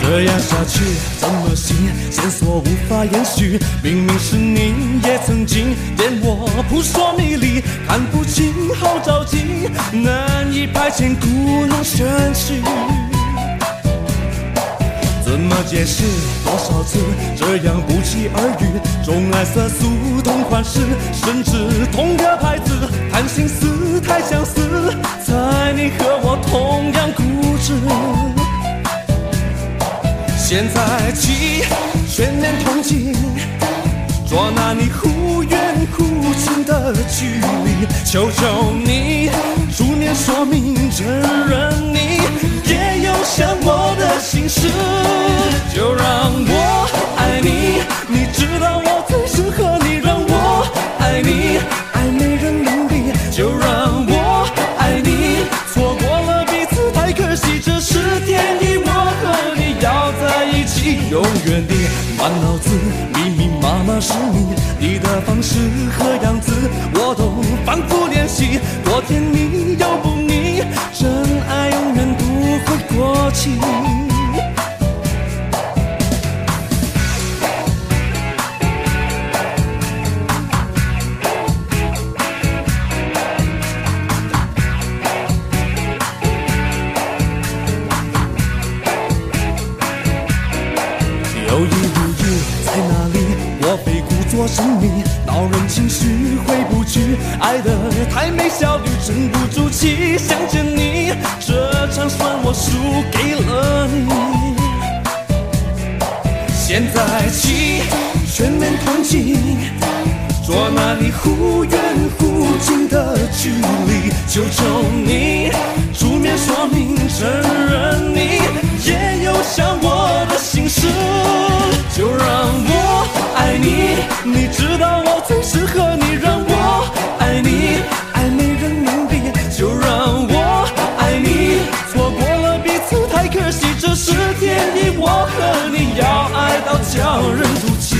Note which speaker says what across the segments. Speaker 1: 这样下去怎么行？线索无法延续，明明是你也曾经骗我，扑朔迷离，看不清，好着急，难以排遣故弄玄虚。怎么解释？多少次这样不期而遇？钟爱色素同款式，甚至同个牌子，谈心思太相似，猜你和我同样固执。现在起，全面同情，抓拿你忽远忽近的距离。求求你，逐年说明，承认你也有想我的心事。就让我爱你，你知道我最适合你。让我爱你，爱没人能比。就让我爱你，错过了彼此太可惜，这是天意，我和你要在一起，永远的。满脑子密密麻麻是你，你的方式和样子我都反复练习，多甜蜜又不腻，真爱永远不会过期。有意无意在哪里？我被故作神秘，恼人情绪回不去，爱的太没效率，沉不住气。想见你，这场算我输给了你。现在起，全面同情，捉拿你忽远忽近的距离，求求你，书面说明，承认你也有想我的心事，就让我爱你，你知道我最适合你，让我爱你，爱没人能比，就让我爱你，错过了彼此太可惜，这是天意，我和你要爱到叫人吐气。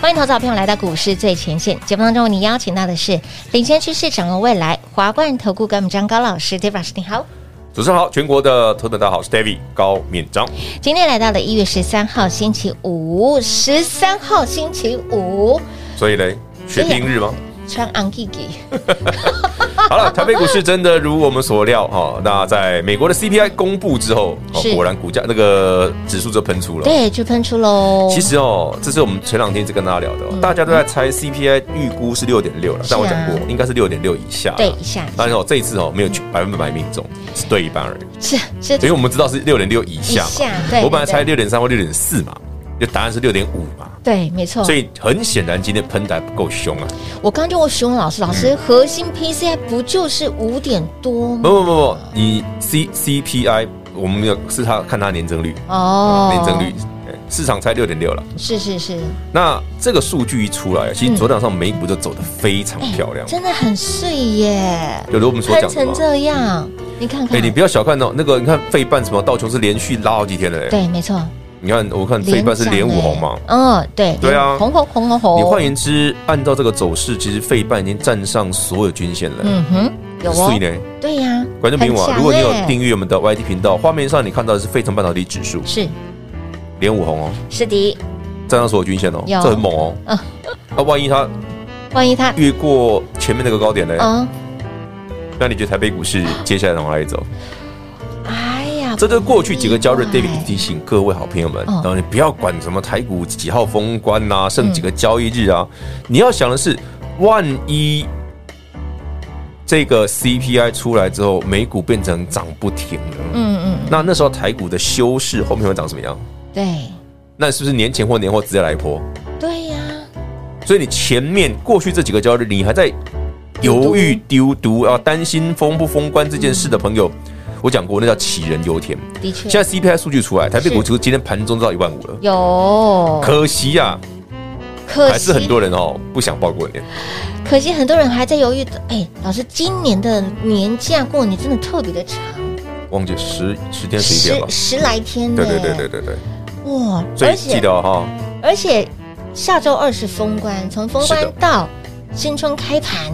Speaker 2: 欢迎投资者朋友来到股市最前线节目当中，你邀请到的是领先趋势、掌握未来华冠投顾高敏章高老师，David 老师，你好。
Speaker 3: 主持人好，全国的头等大家好，我是 David 高敏章。
Speaker 2: 今天来到了一月十三号星期五，十三号星期五，
Speaker 3: 所以嘞，血拼日吗？
Speaker 2: 穿昂 K K，
Speaker 3: 好了，台北股市真的如我们所料哈、那在美国的 CPI 公布之后，哦
Speaker 2: 是
Speaker 3: 果然股价那个指数就喷出了。
Speaker 2: 对，就喷出喽。
Speaker 3: 其实哦，这是我们前两天就跟大家聊的哦、大家都在猜 CPI 预估是六点六
Speaker 2: 嗯
Speaker 3: 了，
Speaker 2: 是啊
Speaker 3: 但我讲过应该是六点六以下。
Speaker 2: 对一啊下
Speaker 3: 但是哦，这一次哦没有百分百命中，只对一半而已。
Speaker 2: 是是
Speaker 3: 所以我们知道是六点六以下嘛
Speaker 2: 以下对
Speaker 3: 我本来
Speaker 2: 对
Speaker 3: 猜六点三或六点四嘛，就答案是六点五嘛。
Speaker 2: 对，没错。
Speaker 3: 所以很显然今天喷的还不够凶啊！
Speaker 2: 我刚就问徐勇老师，老师、
Speaker 3: 嗯
Speaker 2: 核心 PCI 不就是五点多
Speaker 3: 不
Speaker 2: 吗？
Speaker 3: 不不不，以 C C P I 我们没有是它看它年增率，
Speaker 2: 哦
Speaker 3: 年增率哎市场才六点六了。
Speaker 2: 是是是，
Speaker 3: 那这个数据一出来，啊其
Speaker 2: 嗯
Speaker 3: 实昨天晚上美股就走得非常
Speaker 2: 哎
Speaker 3: 漂亮，
Speaker 2: 真的很碎耶，
Speaker 3: 就如我们所
Speaker 2: 喷
Speaker 3: 讲的
Speaker 2: 成
Speaker 3: 嘛。
Speaker 2: 这样，你看
Speaker 3: 哎，
Speaker 2: 看
Speaker 3: 你，不要小看哦，那个你看费半什么道琼是连续拉好几天了，哎，
Speaker 2: 对，没错，
Speaker 3: 你看我看费半是
Speaker 2: 涨
Speaker 3: 连五
Speaker 2: 哎哦
Speaker 3: 红嘛。
Speaker 2: 嗯，对，
Speaker 3: 对啊
Speaker 2: 连红红红红红，
Speaker 3: 你换言之，按照这个走势，其实费半已经站上所有均线了。
Speaker 2: 嗯哼，有
Speaker 3: 所以
Speaker 2: 哦，
Speaker 3: 呢，
Speaker 2: 对呀，
Speaker 3: 观众朋友
Speaker 2: 很
Speaker 3: 啊，
Speaker 2: 强哎
Speaker 3: 如果你有
Speaker 2: 耶
Speaker 3: 订阅我们的 YT 频道，画面上你看到的是费城半导体指数
Speaker 2: 是
Speaker 3: 连五红哦，
Speaker 2: 是的，
Speaker 3: 站上所有均线哦，
Speaker 2: 有嗯
Speaker 3: 这很猛哦。那万一它
Speaker 2: 万一它
Speaker 3: 越过前面那个高点呢？
Speaker 2: 嗯，
Speaker 3: 那你觉得台北股市接下来往哪里走？
Speaker 2: 哎呀，
Speaker 3: 这就是过去几个交易日
Speaker 2: 不意外
Speaker 3: David 提醒各位好朋友们，
Speaker 2: 哎嗯
Speaker 3: 然后你不要管什么台股几号封关呐、剩几个交易日啊，你要想的是，万一这个 CPI 出来之后，美股变成涨不停了，
Speaker 2: 嗯嗯，
Speaker 3: 那那时候台股的修饰后面会长什么样？
Speaker 2: 对
Speaker 3: 那是不是年前或年后直接来一波？
Speaker 2: 对呀，
Speaker 3: 所以你前面过去这几个交易日，你还在犹豫丢毒啊，担心封不封关这件事的朋友，我讲过，那叫杞人忧天。
Speaker 2: 的确，
Speaker 3: 现在 CPI 数据出来，台北股
Speaker 2: 是
Speaker 3: 市今天盘中到一万五了，
Speaker 2: 有
Speaker 3: 可惜呀、
Speaker 2: 可
Speaker 3: 还是很多人哦不想报过年。
Speaker 2: 可惜很多人还在犹豫。哎，老师，今年的年假过年真的特别的长，
Speaker 3: 忘记十十天十一天
Speaker 2: 十
Speaker 3: 吧？
Speaker 2: 十来天呢。
Speaker 3: 对对对对对对，
Speaker 2: 对，哇！
Speaker 3: 所
Speaker 2: 而
Speaker 3: 以记
Speaker 2: 且
Speaker 3: 得哦
Speaker 2: 而且下周二是封关，从封
Speaker 3: 是
Speaker 2: 关
Speaker 3: 的
Speaker 2: 到新春开盘，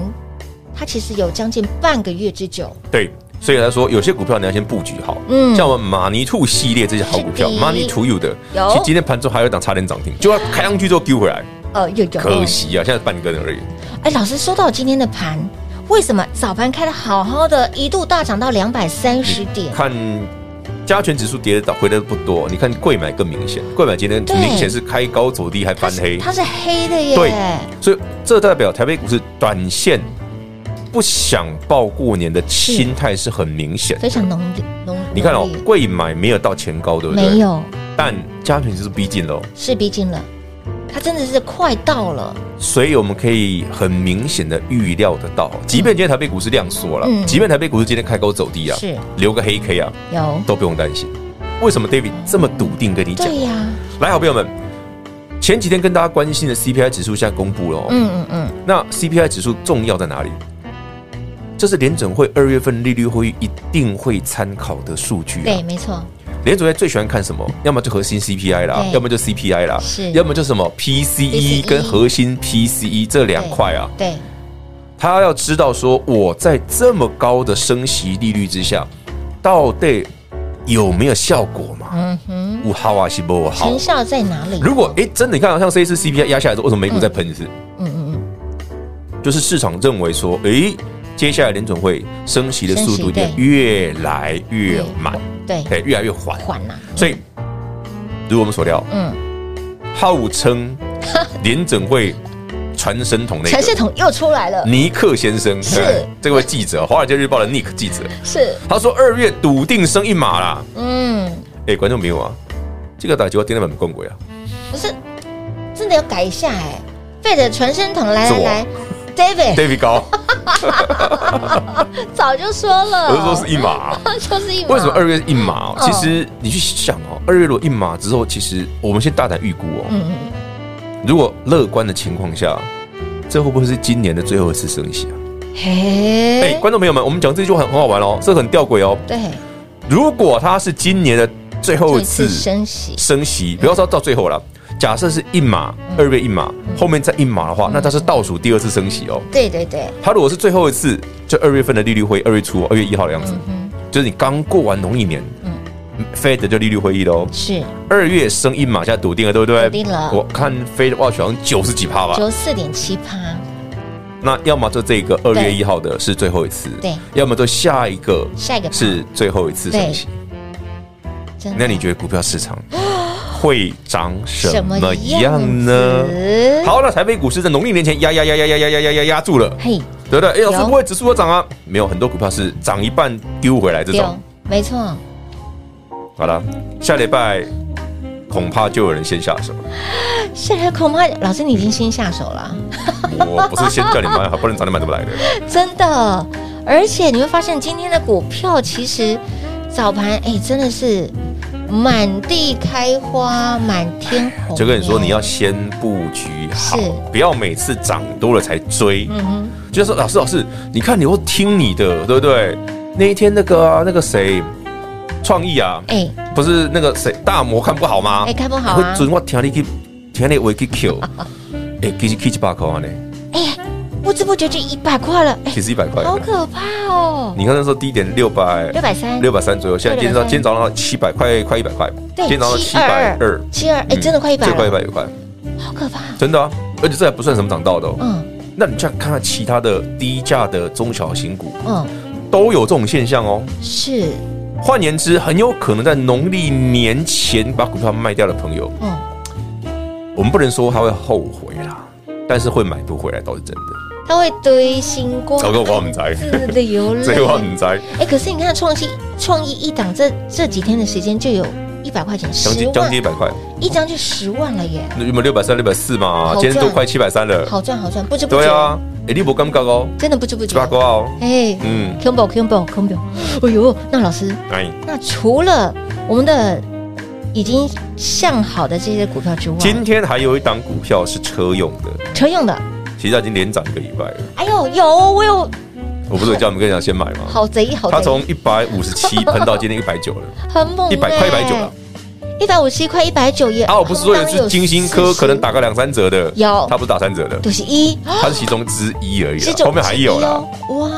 Speaker 2: 它其实有将近半个月之久。
Speaker 3: 哈，对。所以来说，有些股票你要先布局好，
Speaker 2: 嗯
Speaker 3: 像我们马尼兔系列这些好股票
Speaker 2: 是的
Speaker 3: ，Money to You 的，
Speaker 2: 有
Speaker 3: 其实今天盘中还有一档差点涨停，就要开上去之后丢回来，
Speaker 2: 呃，有有
Speaker 3: 可惜啊，现在半根而已。
Speaker 2: 哎，老师说到今天的盘，为什么早盘开的好好的，一度大涨到两百三十点？
Speaker 3: 看加权指数跌的回的不多，你看贵买更明显，贵买今天
Speaker 2: 对
Speaker 3: 明显是开高走低还翻黑，
Speaker 2: 它是黑的耶。
Speaker 3: 对所以这代表台北股市短线不想报过年的心态是很明显。
Speaker 2: 非常浓烈浓。
Speaker 3: 你看哦
Speaker 2: 浓烈，
Speaker 3: 贵买没有到前高，对不对？
Speaker 2: 没。有，
Speaker 3: 但加权指数逼近了哦，
Speaker 2: 是逼近了，它真的是快到了。
Speaker 3: 所以我们可以很明显的预料得到，哦即便今天台北股市量缩了，
Speaker 2: 嗯
Speaker 3: 即便台北股市今天开高走低啊，
Speaker 2: 是
Speaker 3: 留个黑 K 啊，
Speaker 2: 有，
Speaker 3: 都不用担心。为什么 David 这么笃定跟你讲？
Speaker 2: 对呀、
Speaker 3: 来，好朋友们，前几天跟大家关心的 CPI 指数现在公布了、哦，
Speaker 2: 嗯嗯嗯，
Speaker 3: 那 CPI 指数重要在哪里？这是联准会二月份利率会议一定会参考的数据、啊
Speaker 2: 对，。没错，
Speaker 3: 联准会最喜欢看什么？要么就核心 CPI 啦，
Speaker 2: 对
Speaker 3: 要么就 CPI 啦
Speaker 2: 是，
Speaker 3: 要么就什么
Speaker 2: PCE
Speaker 3: PCE 跟核心 PCE 这两块啊。
Speaker 2: 对，
Speaker 3: 他要知道说，我在这么高的升息利率之下，到底有没有效果嘛？
Speaker 2: 嗯哼，
Speaker 3: 有好啊，是不好？
Speaker 2: 成效在哪里？
Speaker 3: 如果哎、真的，你看好像这一次 CPI 压下来之后，为什么美股再喷一次？
Speaker 2: 嗯嗯嗯，
Speaker 3: 就是市场认为说，哎、接下来联准会升息的速
Speaker 2: 升息
Speaker 3: 度也
Speaker 2: 对
Speaker 3: 越来越慢，
Speaker 2: 对，
Speaker 3: 哎、越来越缓。
Speaker 2: 缓啊呐、
Speaker 3: 所以，如我们所料，
Speaker 2: 嗯，
Speaker 3: 号 称联准会传声筒那
Speaker 2: 陈世
Speaker 3: 个嗯
Speaker 2: 统又出来了，
Speaker 3: 尼克先生，
Speaker 2: 是
Speaker 3: 对这位记者，《华尔街日报》的 Nick 记者，
Speaker 2: 是，
Speaker 3: 他说二月笃定升一码啦。
Speaker 2: 嗯，
Speaker 3: 哎、观众朋友啊，这个打击我电脑版更贵啊，
Speaker 2: 不是，真的要改一下哎、费的传声筒来
Speaker 3: 是
Speaker 2: 来
Speaker 3: 我
Speaker 2: 来，David
Speaker 3: ，David 高，
Speaker 2: 早就说了，
Speaker 3: 我是说是一码啊、
Speaker 2: 就是一码
Speaker 3: 为什么二月一码、哦
Speaker 2: 嗯
Speaker 3: 其实你去想哦，二月如果一码之后，其实我们先大胆预估哦，
Speaker 2: 嗯嗯
Speaker 3: 如果乐观的情况下，这会不会是今年的最后一次升息啊？
Speaker 2: 嗯，
Speaker 3: 哎、
Speaker 2: 嘿，
Speaker 3: 观众朋友们，我们讲这句话很很好玩哦，这很吊诡哦。
Speaker 2: 对，
Speaker 3: 如果它是今年的最后
Speaker 2: 这
Speaker 3: 一次
Speaker 2: 次升息，
Speaker 3: 升息，不要说到最后了，假设是一码，二月一码，后面再一码的话，那它是倒数第二次升息哦。
Speaker 2: 对对对，
Speaker 3: 它如果是最后一次，就二月份的利率会议，二月初、二月一号的样子，就是你刚过完农历年
Speaker 2: 嗯
Speaker 3: ，Fed 就利率会议喽。
Speaker 2: 是
Speaker 3: 二月升一码，现在笃定了，对不对？
Speaker 2: 笃定了
Speaker 3: 我看 Fed Watch 好像九十几趴吧，
Speaker 2: 九四点七趴，
Speaker 3: 那要么就这个二
Speaker 2: 对
Speaker 3: 月一号的是最后一次，
Speaker 2: 对
Speaker 3: 要么就下一个
Speaker 2: 下一个趴
Speaker 3: 是最后一次升息。
Speaker 2: 真的
Speaker 3: 那你觉得股票市场会长什
Speaker 2: 嗯什么
Speaker 3: 么样
Speaker 2: 样
Speaker 3: 呢？
Speaker 2: 子？
Speaker 3: 好，那台北股市在农历年前压压压压压压压压压压住了，
Speaker 2: 嘿，
Speaker 3: 对不对？哎，老师
Speaker 2: 有
Speaker 3: 不会指数有涨啊？没有，很多股票是涨一半丢回来这
Speaker 2: 丢
Speaker 3: 种。，
Speaker 2: 哦没错，
Speaker 3: 好了，下礼拜恐怕就有人先下 手。
Speaker 2: 现在恐怕老师你已经先下手了，
Speaker 3: 我不是先叫你买，好不然早点买怎么来的？
Speaker 2: 真的。而且你会发现今天的股票其实早盘哎真的是满地开花，满天红。
Speaker 3: 就跟你说，你要，先布局好
Speaker 2: 是，
Speaker 3: 不要每次涨多了才追。
Speaker 2: 嗯哼，
Speaker 3: 就是说老师，老师，你看你会听你的，对不对？那一天那个啊、那个谁，创意啊，
Speaker 2: 哎
Speaker 3: 不是那个谁大魔看不好吗？
Speaker 2: 哎看不好啊
Speaker 3: 我准我听你去，听你我去 Q，哎，其实 K 一百块呢，
Speaker 2: 哎，不知不觉就一百块了，哎，
Speaker 3: 其实一百块。
Speaker 2: 好可怕哦！
Speaker 3: 你看那时候低点六百，
Speaker 2: 六百三，
Speaker 3: 六百三左右，现在今天早
Speaker 2: 630
Speaker 3: 今天早上七百块，快一百块，
Speaker 2: 对
Speaker 3: 今天早上七百二，嗯
Speaker 2: 七二，哎，真的快一百，
Speaker 3: 最快一百，有快，
Speaker 2: 好可怕，
Speaker 3: 真的啊！而且这还不算什么涨到的哦，
Speaker 2: 嗯，
Speaker 3: 那你去看看其他的低价的中小型股，
Speaker 2: 嗯，
Speaker 3: 都有这种现象哦。
Speaker 2: 是，
Speaker 3: 换言之，很有可能在农历年前把股票卖掉的朋友，
Speaker 2: 嗯，
Speaker 3: 我们不能说他会后悔啦，但是会买不回来倒是真的。
Speaker 2: 它会堆星光，
Speaker 3: 这个我啊唔知
Speaker 2: 自流泪，
Speaker 3: 这个我唔知，
Speaker 2: 哎、可是你看创新创意一档这这几天的时间就有一百块钱，
Speaker 3: 将
Speaker 2: 十
Speaker 3: 近将近一
Speaker 2: 万
Speaker 3: 百块，
Speaker 2: 一张就十万了耶，
Speaker 3: 那有没有六百三、六百四嘛？
Speaker 2: 好
Speaker 3: 今天都
Speaker 2: 赚
Speaker 3: 快七百三了。
Speaker 2: 好赚好赚，不知不觉，
Speaker 3: 呃对啊，哎，你不尴尬哦，
Speaker 2: 真的不知不
Speaker 3: 七
Speaker 2: 觉
Speaker 3: 八，卦哦，
Speaker 2: 哎、
Speaker 3: 嗯，
Speaker 2: combo combo combo，哎呦，那老师，
Speaker 3: 哎，
Speaker 2: 那除了我们的已经上好的这些股票之外，
Speaker 3: 今天还有一档股票是车用的，
Speaker 2: 车用的，
Speaker 3: 其实它已经连涨一个礼拜了。
Speaker 2: 哎呦，有我有
Speaker 3: 我不是有叫你们跟你讲先买吗？
Speaker 2: 好贼好贼，
Speaker 3: 它从一百五十 七喷到今天一百九了，
Speaker 2: 很猛、欸，
Speaker 3: 一百快一百九了。
Speaker 2: 一百五十一块一百九也，
Speaker 3: 啊，我不是说有一
Speaker 2: 当然
Speaker 3: 次金星科
Speaker 2: 40
Speaker 3: 可能打个两三折的，
Speaker 2: 有
Speaker 3: 它不是打三折的，
Speaker 2: 都是一。
Speaker 3: 它是其中之一而已
Speaker 2: 是
Speaker 3: 啦，
Speaker 2: 种
Speaker 3: 后面还有啦，
Speaker 2: 子哦。哇，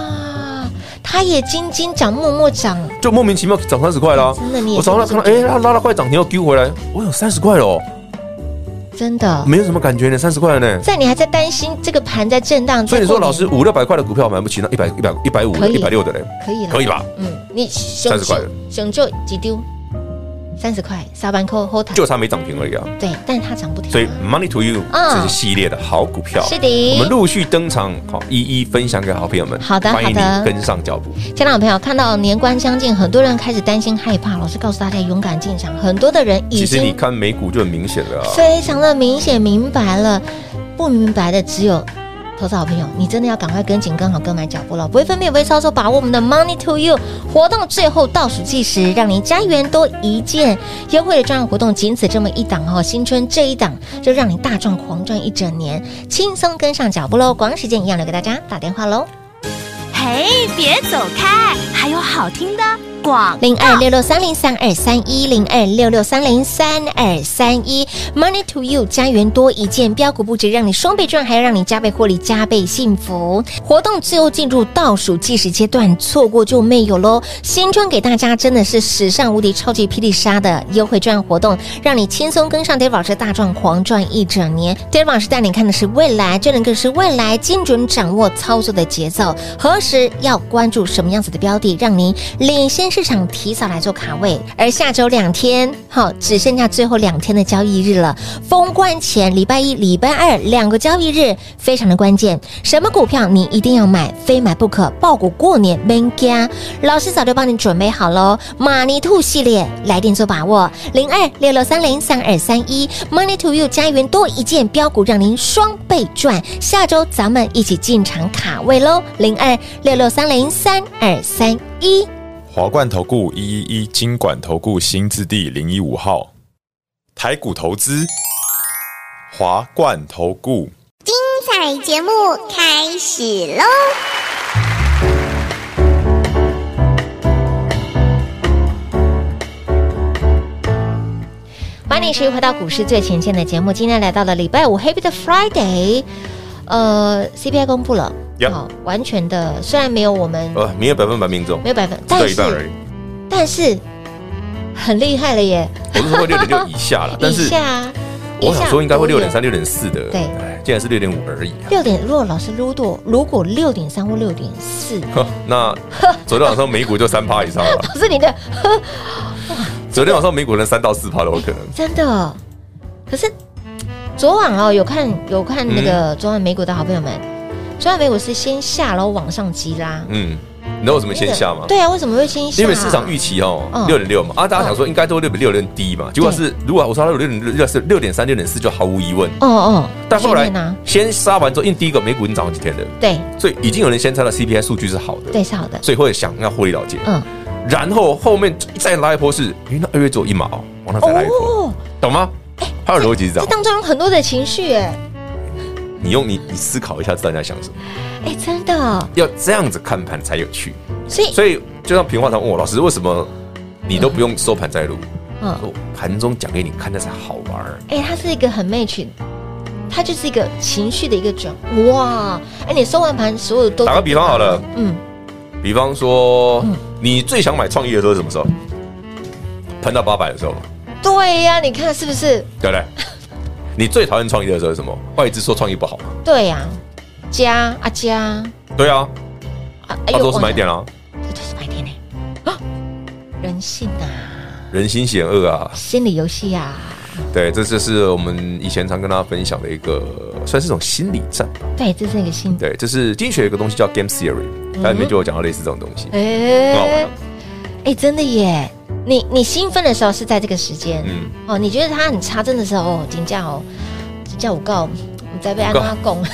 Speaker 2: 它也金金涨，默默涨，
Speaker 3: 就莫名其妙涨三十块啦。
Speaker 2: 真的你也
Speaker 3: 我早上看到，哎，它拉到快涨停又丢回来，我有三十块了哦，
Speaker 2: 真的。
Speaker 3: 没有什么感觉呢，三十块了呢。
Speaker 2: 在你还在担心这个盘在震荡，
Speaker 3: 所以你
Speaker 2: 在过
Speaker 3: 说
Speaker 2: 年
Speaker 3: 老师五六百块的股票买不起，那一百一百一百五
Speaker 2: 可以
Speaker 3: 一百六的嘞，
Speaker 2: 可以了，
Speaker 3: 可以吧？
Speaker 2: 嗯，你熊
Speaker 3: 30块了
Speaker 2: 熊就几丢，三十块，沙板扣后台
Speaker 3: 就差没涨停而已啊。
Speaker 2: 对，但它涨不停啊，
Speaker 3: 所以 Money to You
Speaker 2: 嗯
Speaker 3: 这是系列的好股票，
Speaker 2: 是的
Speaker 3: 我们陆续登场，好一一分享给好朋友们。
Speaker 2: 好的
Speaker 3: 欢迎你
Speaker 2: 好的
Speaker 3: 跟上脚步。
Speaker 2: 家长朋友看到年关将近，很多人开始担心害怕，老师告诉大家勇敢进场，很多的人已
Speaker 3: 其实你
Speaker 2: 经
Speaker 3: 看美股就很明显了啊，
Speaker 2: 非常的明显明白了，不明白的只有投资好朋友，你真的要赶快跟紧、跟好、跟满脚步了，不会分辨、不会操作，把握我们的 Money to You 活动最后倒数计时，让您家园多一件优惠的专案活动，仅此这么一档哦，新春这一档就让你大赚狂赚一整年，轻松跟上脚步喽！广告时间一样留给大家打电话喽。
Speaker 4: 嘿，别走开，还有好听的广。
Speaker 2: 零二六六三零三二三一零二六六三零三二三一，Money to You 家园多一件标股不止让你双倍赚，还要让你加倍获利、加倍幸福。活动最后进入倒数计时阶段，错过就没有喽。新春给大家真的是史上无敌超级霹雳杀的优惠赚活动，让你轻松跟上 Dave 老师大赚狂赚一整年。Dave 老师带你看的是未来，这能更是未来精准掌握操作的节奏，何时要关注什么样子的标的，让您领先市场，提早来做卡位。而下周两天，好，只剩下最后两天的交易日了。封关前，礼拜一、礼拜二两个交易日非常的关键，什么股票你一定要买，非买不可。爆股过年 m 家，老师早就帮你准备好喽。马尼兔系列，来电做把握，零二六六三零三二三一，Money to You 家园多一件标股，让您双倍赚。下周咱们一起进场卡位喽，零二六六三零三二三一。
Speaker 5: 华冠投顾一一一金管投顾新字第零一五号，台股投资，华冠投顾。
Speaker 6: 彩节目开始喽！
Speaker 2: 欢迎你持续回到股市最前线的节目。今天来到了礼拜五，Happy 的 Friday，呃，CPI 公布了，哦
Speaker 3: Yep
Speaker 2: 完全的虽然没有我们、
Speaker 3: 呃，没有百分百命中，
Speaker 2: 没有百分，
Speaker 3: 只
Speaker 2: 但
Speaker 3: 有一半而
Speaker 2: 是
Speaker 3: 已。
Speaker 2: 但是很厉害了耶，
Speaker 3: 我是说六点六以 下了，但
Speaker 2: 以
Speaker 3: 是
Speaker 2: 下
Speaker 3: 我想说应该会六点三、
Speaker 2: 六
Speaker 3: 六点四的，
Speaker 2: 对
Speaker 3: 哎，竟然是六点五而已啊。
Speaker 2: 六点，如果老师如果如果六点三或六点四，
Speaker 3: 呵 那昨天晚上美股就三趴以上了，
Speaker 2: 老师你的 呵
Speaker 3: 昨天晚上美股能三到四趴都有可能。
Speaker 2: 真的，可是昨晚哦，有看有看那
Speaker 3: 嗯
Speaker 2: 个昨晚美股的好朋友们，昨晚美股是先下，然后往上急拉。
Speaker 3: 嗯，你知道为什么先下吗？
Speaker 2: 对啊，为什么会先下、
Speaker 3: 因为市场预期哦
Speaker 2: 嗯
Speaker 3: 六点六嘛，啊，大家想说应该都六点六点低嘛，结果是如果我说它有六点六是六点三六点四就毫无疑问，
Speaker 2: 哦哦，
Speaker 3: 但后来
Speaker 2: 确认啊
Speaker 3: 先杀完之后，因为第一个美股已经涨好几天了，
Speaker 2: 对
Speaker 3: 所以已经有人先猜到 CPI 数据是好的，
Speaker 2: 对是好的，
Speaker 3: 所以会想要获利了结，
Speaker 2: 嗯，
Speaker 3: 然后后面再拉一波是，因为那二月只有一毛，往上再拉一波，，懂吗？它的逻辑是这
Speaker 2: 哦哎这当
Speaker 3: 样，
Speaker 2: 中有很多的情绪，哎
Speaker 3: 你用你你思考一下，知道你在想什么，
Speaker 2: 哎，真的，
Speaker 3: 要这样子看盘才有趣。
Speaker 2: 所以
Speaker 3: 所以就像平话堂问我老师，为什么你都不用收盘再录？
Speaker 2: 嗯，
Speaker 3: 说盘中讲给你看，那才好玩儿。
Speaker 2: 哎，它是一个很 match，它就是一个情绪的一个转，哇，哎，你收完盘所有都
Speaker 3: 打个比方好了，
Speaker 2: 嗯，
Speaker 3: 比方说
Speaker 2: 嗯，
Speaker 3: 你最想买创意的时候是什么时候？喷到八百的时候嘛，
Speaker 2: 对呀，你看是不是？
Speaker 3: 对不对？你最讨厌创意的时候是什么？外资说创意不好嘛，
Speaker 2: 对呀，加啊加啊，
Speaker 3: 对啊，
Speaker 2: 哎
Speaker 3: 哦它都是买
Speaker 2: 忘了
Speaker 3: 点啦、
Speaker 2: 这就是白天呢、啊人性啊，
Speaker 3: 人心险恶啊，
Speaker 2: 心理游戏啊，
Speaker 3: 对，这就是我们以前常跟大家分享的一个，算是一种心理战吧。
Speaker 2: 对，这是一个心。
Speaker 3: 对，这是经济学有一个东西叫 game theory，它里面就有讲到类似这种东西，
Speaker 2: 嗯哎、
Speaker 3: 很好玩啊。
Speaker 2: 哎，真的耶！你你兴奋的时候是在这个时间，
Speaker 3: 嗯
Speaker 2: 哦，你觉得它很差，真的时候，哦，金价哦，金价我告，你在被安娜拱，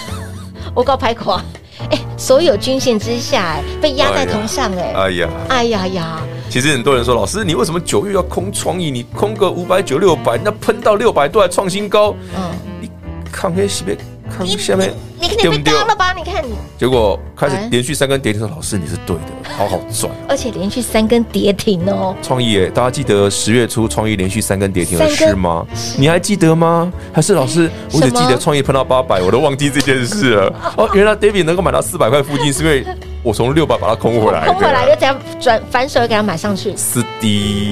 Speaker 2: 我告拍垮，哎，所有均线之下，哎，被压在头上，哎，
Speaker 3: 哎呀，
Speaker 2: 哎呀呀，
Speaker 3: 其实很多人说，老师，你为什么九月要空创意？你空个五百九、六百，那喷到六百都还创新高，
Speaker 2: 嗯，
Speaker 3: 你抗黑西边，抗下面，
Speaker 2: 你肯定被当了吧？你看你，
Speaker 3: 结果开始
Speaker 2: 哎
Speaker 3: 连续三根跌停，说老师你是对的，好好赚哦。
Speaker 2: 而且连续三根跌停哦，
Speaker 3: 创意耶，大家记得十月初创意连续三根跌停的
Speaker 2: 三根
Speaker 3: 事吗？你还记得吗？还是老师，我只记
Speaker 2: 什么
Speaker 3: 得创意碰到八百，我都忘记这件事了。哦，原来 David 能够买到四百块附近，是因为我从六百把它空回来 的。
Speaker 2: 空回来就这样转反手又给它买上去，
Speaker 3: 是的，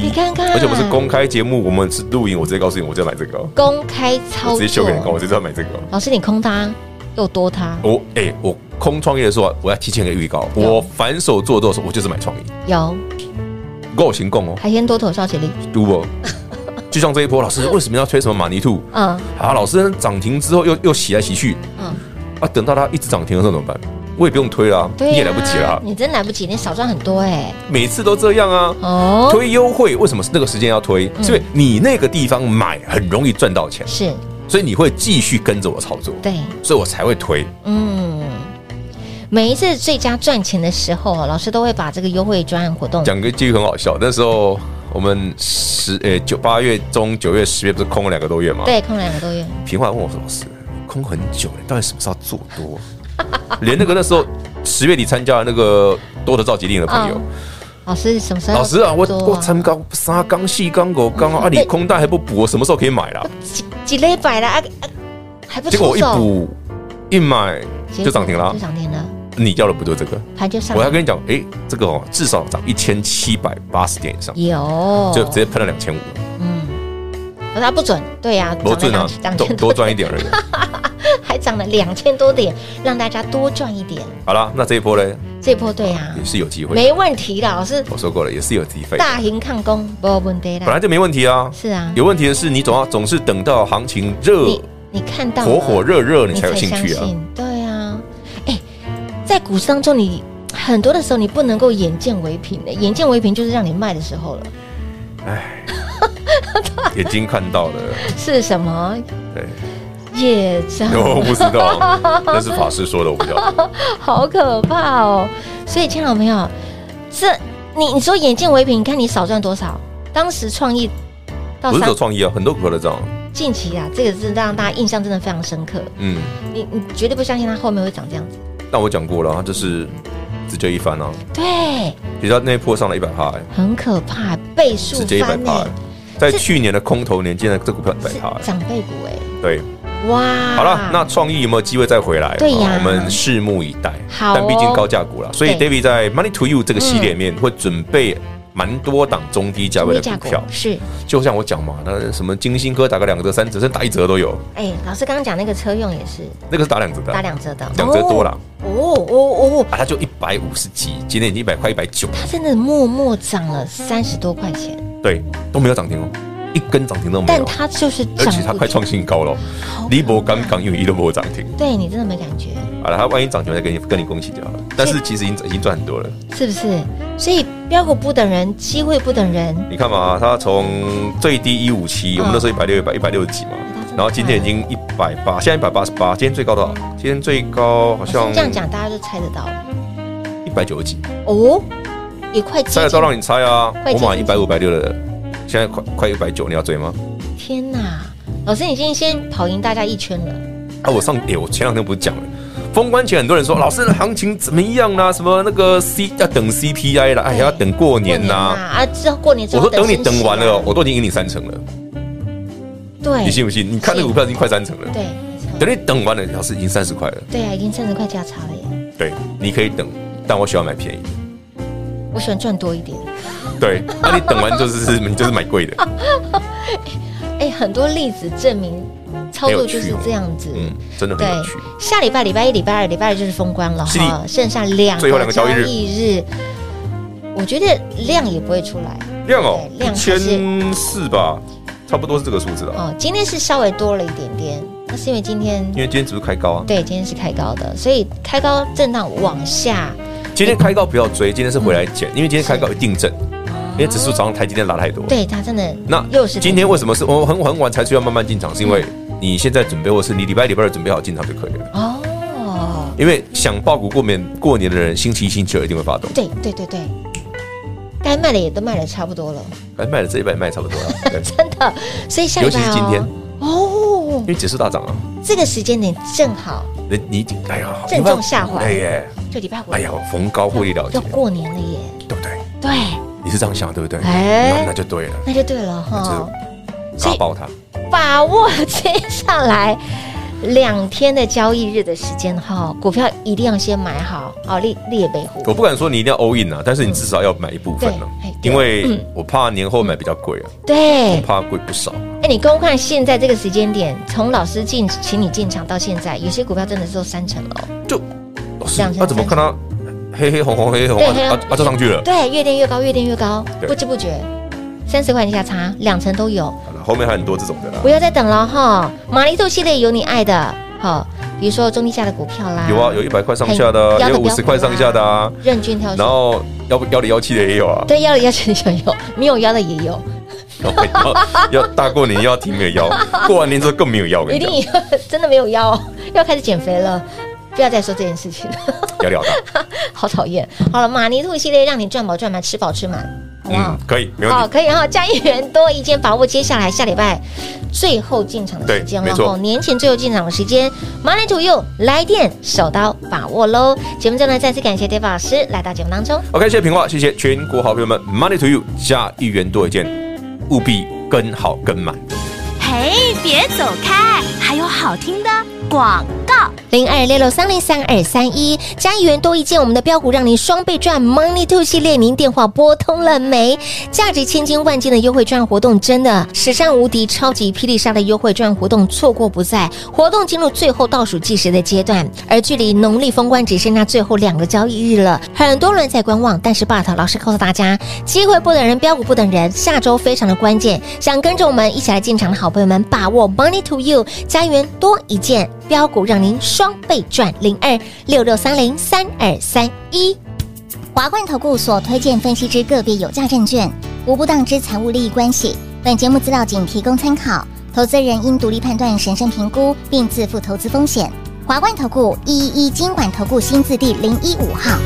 Speaker 2: 你看看
Speaker 3: 而且我们是公开节目，我们是录影，我直接告诉你，我直接买这个，
Speaker 2: 公开
Speaker 3: 我
Speaker 2: 操
Speaker 3: 直接秀
Speaker 2: 作
Speaker 3: 给你看，，我直接要买这个。
Speaker 2: 老师你空它又多它，
Speaker 3: 我哎、我空创业的时候，啊我要提前给预告，
Speaker 2: 有
Speaker 3: 我反手做多的时候，我就是买创意，
Speaker 2: 有
Speaker 3: 够行共哦，
Speaker 2: 海鲜多头消息力，
Speaker 3: 对 不？就像这一波，老师为什么要吹什么马尼兔？
Speaker 2: 嗯
Speaker 3: 啊，老师涨停之后又又洗来洗去
Speaker 2: 嗯。
Speaker 3: 啊，等到它一直涨停的时候怎么办？我也不用推啦、
Speaker 2: 对、啊，
Speaker 3: 你也来不及啦、
Speaker 2: 你真来不及，你少赚很多哎、
Speaker 3: 每次都这样啊。
Speaker 2: 哦，
Speaker 3: 推优惠为什么是那个时间要推？是因为你那个地方买很容易赚到钱，
Speaker 2: 是
Speaker 3: 所以你会继续跟着我操作，
Speaker 2: 对，
Speaker 3: 所以我才会推。
Speaker 2: 嗯，每一次最佳赚钱的时候，老师都会把这个优惠专案活动，
Speaker 3: 讲个句很好笑，那时候我们十诶九八月中九月十月不是空了两个多月吗？。
Speaker 2: 对，空了两个多月，
Speaker 3: 平话问我说：“老师，你空很久了，你到底什么时候要做多？” 连那个那时候十月底参加的那个多的召集令的朋友，
Speaker 2: 嗯老师什么时候要
Speaker 3: 老师啊，我
Speaker 2: 做
Speaker 3: 我参加三缸细缸狗缸啊，啊你空单还不补，我什么时候可以买啦？
Speaker 2: 几几类百了啊，啊还不
Speaker 3: 结果我
Speaker 2: 出
Speaker 3: 一
Speaker 2: 手
Speaker 3: 补一买
Speaker 2: 结果
Speaker 3: 就涨停了
Speaker 2: 就。涨停了，
Speaker 3: 你要的不就这个？
Speaker 2: 盘就上
Speaker 3: 我
Speaker 2: 来
Speaker 3: 要跟你讲，诶，这个哦，至少涨一千七百八十点以上，
Speaker 2: 有，
Speaker 3: 就直接喷了两千五，
Speaker 2: 可是它不准，对呀、
Speaker 3: 多赚啊，
Speaker 2: 涨了两
Speaker 3: 多
Speaker 2: 千
Speaker 3: 多
Speaker 2: 多
Speaker 3: 赚一点而已。
Speaker 2: 还涨了两千多点，让大家多赚一点，
Speaker 3: 好啦，那这一波呢
Speaker 2: 这波对啊，
Speaker 3: 也是有机会的，
Speaker 2: 没问题啦，老师
Speaker 3: 我说过了，也是有机会的，
Speaker 2: 大型抗攻，没问题
Speaker 3: 本
Speaker 2: 啦。
Speaker 3: 来就没问题啊。
Speaker 2: 是啊，
Speaker 3: 有问题的是，你总要总是等到行情热、
Speaker 2: 你你看到了
Speaker 3: 火火，热热，你
Speaker 2: 你
Speaker 3: 才有
Speaker 2: 才
Speaker 3: 兴
Speaker 2: 相
Speaker 3: 趣啊。
Speaker 2: 信。对啊，哎，在股市当中，你很多的时候你不能够眼见为凭的，眼见为凭就是让你卖的时候了。
Speaker 3: 眼睛看到 了，
Speaker 2: 是什么？
Speaker 3: 对，
Speaker 2: 业障，
Speaker 3: 我不知道， 那是法师说的，我不知道。
Speaker 2: 好可怕哦！所以，亲爱的朋友，这你你说眼见为凭，你看你少赚多少？当时创意到
Speaker 3: 不是
Speaker 2: 三
Speaker 3: 走创意啊，很多股票都这样。
Speaker 2: 近期啊，这个是让大家印象真的非常深刻。
Speaker 3: 嗯，
Speaker 2: 你你绝对不相信它后面会长这样子。
Speaker 3: 那我讲过了啊，就是直接一翻啊，
Speaker 2: 对，
Speaker 3: 比较那一波上了一百趴，欸
Speaker 2: 很可怕，倍数
Speaker 3: 直接一百
Speaker 2: 翻
Speaker 3: 趴
Speaker 2: 呢、
Speaker 3: 欸，在去年的空头年，现在这股票一百
Speaker 2: 是
Speaker 3: 趴。欸
Speaker 2: 长辈股哎、
Speaker 3: 对，
Speaker 2: 哇！
Speaker 3: 好了，那创意有没有机会再回来？
Speaker 2: 对呀
Speaker 3: 啊我们拭目以待。
Speaker 2: 好哦
Speaker 3: 但毕竟高价股了，所以
Speaker 2: 对嗯
Speaker 3: David 在 Money to You 这个系列里面会准备蛮多档中低价位的股票。
Speaker 2: 是
Speaker 3: 就像我讲嘛，那什么金星科打个两折、三折，甚至打一折都有，
Speaker 2: 哎、老师刚刚讲那个车用也是
Speaker 3: 那个是打两折的，
Speaker 2: 打两折的，
Speaker 3: 两折多了，
Speaker 2: 哦哦哦哦，
Speaker 3: 啊，它就一百五十几，今天已经一百块、一百九，
Speaker 2: 它真的默默涨了三十多块钱，
Speaker 3: 对，都没有涨停哦，一根涨停都没
Speaker 2: 但
Speaker 3: 有，
Speaker 2: 它就是
Speaker 3: 而
Speaker 2: 涨，
Speaker 3: 且它快创。新高了
Speaker 2: 好可怕，
Speaker 3: 离博刚刚因为一都没有涨停，
Speaker 2: 对你真的没感觉，
Speaker 3: 好了，它万一涨停我再跟你跟你恭喜就好了，但是其实已经已经赚很多了，
Speaker 2: 是不是？所以标股不等人，机会不等人，
Speaker 3: 你看嘛，它从最低一五七，我们那时候一百六、一百一百六十几嘛
Speaker 2: 它真的，
Speaker 3: 然后今天已经一百八，现在一百八十八，今天最高多少？今天最高好
Speaker 2: 老
Speaker 3: 像
Speaker 2: 师这样讲大家就猜得到了
Speaker 3: 一百九十几。
Speaker 2: 哦，也快
Speaker 3: 猜
Speaker 2: 接
Speaker 3: 得
Speaker 2: 近
Speaker 3: 到。让你猜啊！
Speaker 2: 快
Speaker 3: 我买
Speaker 2: 接
Speaker 3: 一
Speaker 2: 近
Speaker 3: 百五、百六的，现在快快一百九，你要追吗？
Speaker 2: 天哪，老师你今天先跑赢大家一圈了，
Speaker 3: 啊，我上哎、我前两天不是讲了，封关前很多人说老师行情怎么样啦、什么那个 C 要等 CPI 啦，哎
Speaker 2: 对
Speaker 3: 要等过年啦、
Speaker 2: 过啊，之后过年之
Speaker 3: 我
Speaker 2: 后
Speaker 3: 说等你
Speaker 2: 升息
Speaker 3: 等完
Speaker 2: 啊
Speaker 3: 了，我都已经赢你三成了，
Speaker 2: 对，
Speaker 3: 你信不信？你看那个股票已经快三成了，
Speaker 2: 对，没错
Speaker 3: 等你等完了，老师已经三十块了。
Speaker 2: 对啊，已经三十块价差了耶。
Speaker 3: 对，你可以等，但我喜欢买便宜的。啊
Speaker 2: 我喜欢赚多一点。
Speaker 3: 对，那你等完就是你就是买贵的，
Speaker 2: 哎，很多例子证明操作就是这样子。
Speaker 3: 嗯，真的很
Speaker 2: 对
Speaker 3: 有趣。，
Speaker 2: 下礼拜礼拜一、礼拜二、礼拜二就是封关了
Speaker 3: 是
Speaker 2: 哈，剩下两
Speaker 3: 最后两
Speaker 2: 个
Speaker 3: 个
Speaker 2: 交
Speaker 3: 交易日
Speaker 2: 易日，我觉得量也不会出来
Speaker 3: 量哦，
Speaker 2: 对量
Speaker 3: 一
Speaker 2: 还是
Speaker 3: 千四吧，差不多是这个数字了。
Speaker 2: 哦。今天是稍微多了一点点，那是因为今天
Speaker 3: 因为今天只是开高啊，
Speaker 2: 对今天是开高的，所以开高震荡往下，
Speaker 3: 今天开高不要追，今天是回来
Speaker 2: 嗯
Speaker 3: 捡，因为今天开高一定正，因为指数早上台积电拉太多。
Speaker 2: 哦对它真的
Speaker 3: 那
Speaker 2: 又是
Speaker 3: 今天为什么是我很很晚才需要慢慢进场？是因为
Speaker 2: 嗯
Speaker 3: 你现在准备，或是你礼拜礼拜二准备好进场就可以了。
Speaker 2: 哦？
Speaker 3: 因为想爆股过年过年的人，星期一、星期二一定会发动。
Speaker 2: 对对对对，该卖的也都卖的差不多了，
Speaker 3: 哎，卖了这一百卖差不多了， 对
Speaker 2: 真的，所以下礼
Speaker 3: 尤其
Speaker 2: 拜
Speaker 3: 是
Speaker 2: 哦
Speaker 3: 今天，
Speaker 2: 哦
Speaker 3: 因，为指数大涨啊，
Speaker 2: 这个时间点正好
Speaker 3: 你你哎呀，
Speaker 2: 正中下怀
Speaker 3: 哎耶，
Speaker 2: 就礼拜五，
Speaker 3: 哎呀，逢高获利了结
Speaker 2: 要，过年了耶，
Speaker 3: 对不对？
Speaker 2: 对，
Speaker 3: 你是这样想对不对？
Speaker 2: 哎
Speaker 3: 那那就对了，
Speaker 2: 那就对了
Speaker 3: 那
Speaker 2: 哈。
Speaker 3: 就
Speaker 2: 所
Speaker 3: 打
Speaker 2: 以
Speaker 3: 爆它。
Speaker 2: 把握接下来两天的交易日的时间哈，股票一定要先买好哦，列列备
Speaker 3: 我
Speaker 2: 户。
Speaker 3: 不敢说你一定要 all in 啊，但是你至少要买一部分啊
Speaker 2: 对哎，对嗯
Speaker 3: 因为我怕年后买比较贵啊，
Speaker 2: 对，
Speaker 3: 怕贵不少。
Speaker 2: 哎，你光看现在这个时间点，从老师进请你进场到现在，有些股票真的是都三成了哦，
Speaker 3: 就老师，
Speaker 2: 两千
Speaker 3: 那怎么看它黑黑红红黑黑红
Speaker 2: 对
Speaker 3: 啊
Speaker 2: 黑
Speaker 3: 啊
Speaker 2: 黑
Speaker 3: 啊就上去了？
Speaker 2: 对，越垫越高，越垫越高，
Speaker 3: 对
Speaker 2: 不知不觉三十块钱下差，两成都有。
Speaker 3: 好了后面还有很多这种的啦
Speaker 2: 不。要再等了哈，马尼豆系列有你爱的，好，比如说中低价的股票啦，
Speaker 3: 有啊，有一百块上下的
Speaker 2: 很
Speaker 3: 啊，
Speaker 2: 要的
Speaker 3: 也有五十块上下的啊，
Speaker 2: 任君挑选
Speaker 3: 然。后幺幺零幺七的也有啊，
Speaker 2: 对，要的要求也有，没有要的也有，
Speaker 3: 要要大过年要停没有腰，过完年之后更没有腰，我跟
Speaker 2: 一
Speaker 3: 你
Speaker 2: 定
Speaker 3: 讲，
Speaker 2: 有，真的没有要、哦， 要开始减肥了。不要再说这件事情了，
Speaker 3: 压力好大。
Speaker 2: 好讨厌。好了，马尼兔系列让你赚饱赚满，吃饱吃满，好不好？
Speaker 3: 嗯，可以，没
Speaker 2: 好，
Speaker 3: 问题。
Speaker 2: 可以哈，加一元多一间把握接下来下礼拜最后进场的时间
Speaker 3: 对
Speaker 2: 了
Speaker 3: 没错
Speaker 2: 哈，年前最后进场的时间，Money to you，来电手刀把握喽。节目最后呢，再次感谢 David 老师来到节目当中。
Speaker 3: OK，谢谢平话，谢谢全国好朋友们，Money to you，下一元多一件，务必跟好跟满。
Speaker 4: 嘿，别走开，还有好听的广告。
Speaker 2: 零二六六三零三二三一，加一元多一件，我们的标股让您双倍赚。Money Two 系列，您电话拨通了没？价值千金万金的优惠券活动，真的史上无敌，超级霹雳杀的优惠券活动，错过不再。活动进入最后倒数计时的阶段，而距离农历封关只剩下最后两个交易日了，很多人在观望。但是 But 老师告诉大家，机会不等人，标股不等人，下周非常的关键。想跟着我们一起来进场的好朋友们，把握 Money to You 家园多一件标股，让您双倍赚。零二六六三零三二三一。
Speaker 6: 华冠投顾所推荐分析之个别有价证券，无不当之财务利益关系。本节目资料仅提供参考，投资人应独立判断、审慎评估，并自负投资风险。华冠投顾一一一金管投顾新字第零一五号。